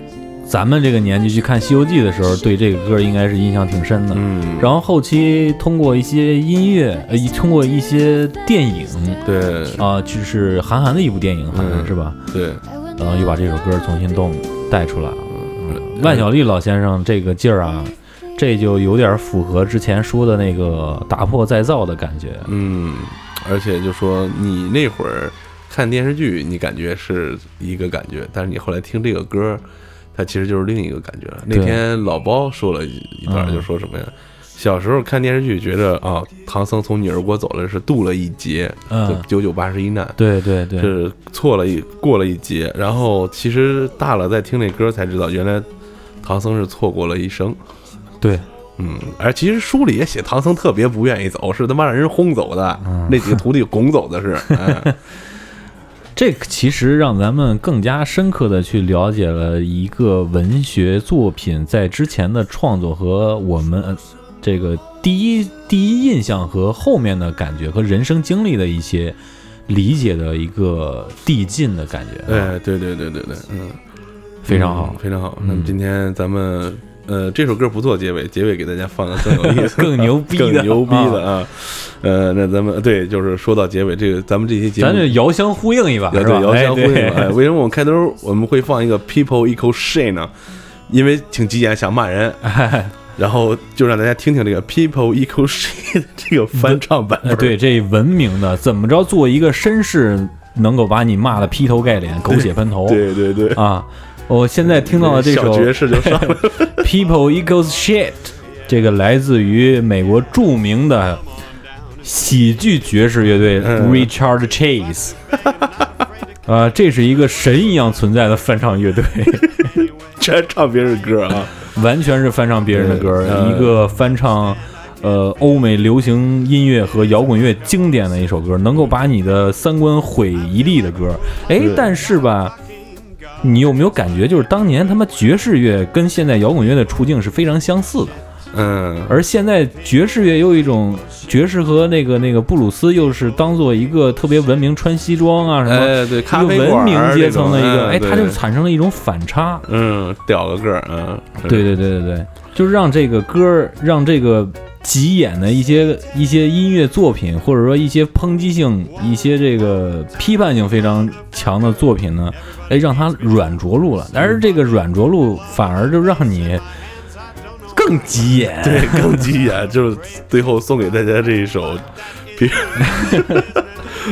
咱们这个年纪去看《西游记》的时候，对这个歌应该是印象挺深的。
嗯
然后后期通过一些音乐，呃，一通过一些电影
对
啊、就是韩寒的一部电影，好像
嗯
是吧？
对，
然后又把这首歌重新动带出来了。嗯万晓利老先生这个劲儿啊，这就有点符合之前说的那个打破再造的感觉。啊
嗯，而且就说你那会儿看电视剧，你感觉是一个感觉，但是你后来听这个歌，它其实就是另一个感觉了。那
对
天老包说了一一段，
嗯
就说什么呀？小时候看电视剧，觉得啊，唐僧从你而国走了是渡了一劫，
嗯
就九九八十一难。
对对对，
是错了一过了一劫，然后其实大了再听这歌才知道，原来唐僧是错过了一生。
对，
嗯，而其实书里也写唐僧特别不愿意走，是他妈让人轰走的，
嗯
那几个徒弟拱走的是。 嗯
这个其实让咱们更加深刻的去了解了一个文学作品在之前的创作和我们、呃这个第一第一印象和后面的感觉和人生经历的一些理解的一个递进的感觉，
哎，对对对对对，嗯，
非常好
嗯。非常好。
嗯
那么今天咱们呃这首歌不做结尾，结尾给大家放个更有意思的、
更牛逼 的
更牛逼的啊。呃，那咱们对，就是说到结尾，这个咱们这期节目
咱这遥相呼应一把，
对
是吧？
对，遥相呼应
哎
嘛。哎，
对
为什么我们开头我们会放一个 people equal shit 呢？因为挺急眼，想骂 人，然后就让大家听听这个 people equal shit 这个翻唱版
哎
本。
对，这文明的怎么着做一个绅士，能够把你骂得劈头盖脸、狗血喷头？
对对对，
啊，我现在听到的哦这
小
首
爵士就上来了。
People Equals Shit，这个来自于美国著名的喜剧爵士乐队
嗯
Richard Chase。啊，这是一个神一样存在的翻唱乐队，
全唱别人歌啊，
完全是翻唱别人的歌，
嗯
一个翻唱。呃，欧美流行音乐和摇滚乐经典的一首歌，能够把你的三观毁一地的歌。哎，但是吧，你有没有感觉，就是当年他妈爵士乐跟现在摇滚乐的处境是非常相似的？
嗯，
而现在爵士乐又有一种爵士和那个那个布鲁斯又是当做一个特别文明穿西装啊什么，
哎对咖啡
一个文
馆
明
儿
阶
这种
层的一个，
嗯
哎，
对
它就产生了一种反差。
嗯，屌个个儿，嗯，是
对对对对对，就是让这个歌儿，让这个急眼的一些一些音乐作品，或者说一些抨击性、一些这个批判性非常强的作品呢，哎，让它软着陆了。但是这个软着陆反而就让你更急眼。
对，更急眼，就是最后送给大家这一首，别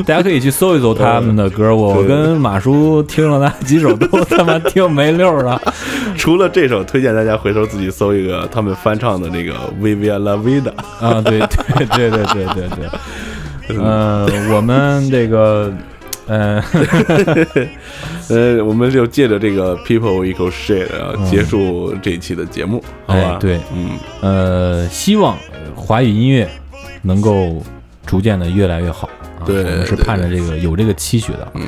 大家可以去搜一搜他们的歌。我
对
跟马叔听了那几首都他妈听没溜儿了。
除了这首，推荐大家回头自己搜一个他们翻唱的那个 Vivian La Vida。
啊，对对对对对对 对，呃，我们这个。呃，
呃，我们就借着这个 people equal shit 啊，结束这一期的节目，好吧？
嗯哎，对，
嗯，
呃，希望呃华语音乐能够逐渐的越来越好啊。
对
我们是
对
盼着这个有这个期许的。
嗯，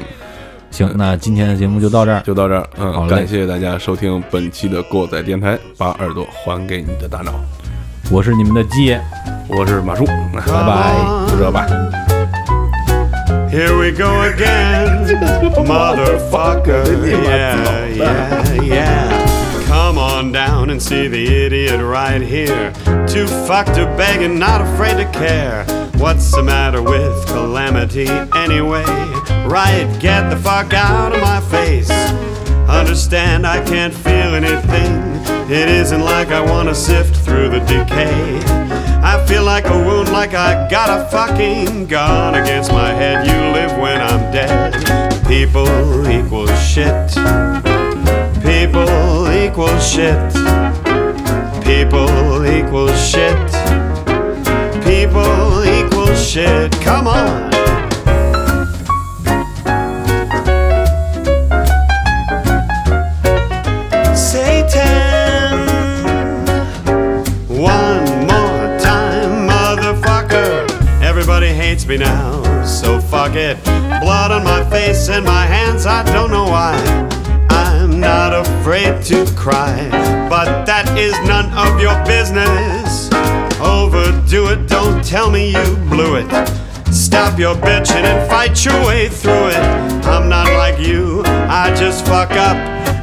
行，那今天的节目就到这儿。
就到这儿，嗯，
好嘞
感谢大家收听本期的过载电台，把耳朵还给你的大脑，
我是你们的鸡爷，
我是马叔，
拜拜。
就这吧。
Here we go again, motherfucker. Yeah, yeah, yeah. Come on down and see the idiot right here. Too fucked to beg and not afraid to care. What's the matter with calamity anyway? Right, get the fuck out of my face. Understand I can't feel anything. It isn't like I wanna sift through the decay. I feel like a wound, like I got a fucking gun against my head. You live when I'm dead. People equal shit. People equal shit. People equal shit. People equal shit. Come on. Satan. One more time, motherfucker. Everybody hates me now, so fuck it. Blow Sometimes I don't know why I'm not afraid to cry, but that is none of your business. Overdo it, don't tell me you blew it. Stop your bitching and fight your way through it. I'm not like you, I just fuck up.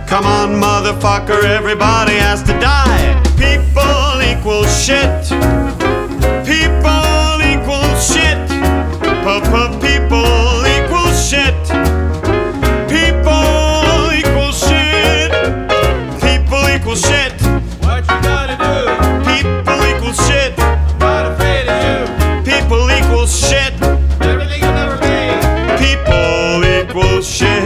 Come on, motherfucker, everybody has to die. People equal shit. People equal shit. P-p-people equal shit. People equal shit. People equal shit. What you gonna do? People equal shit. I'm not afraid of you. People equal shit. Oh, Everything will never be. People equal shit.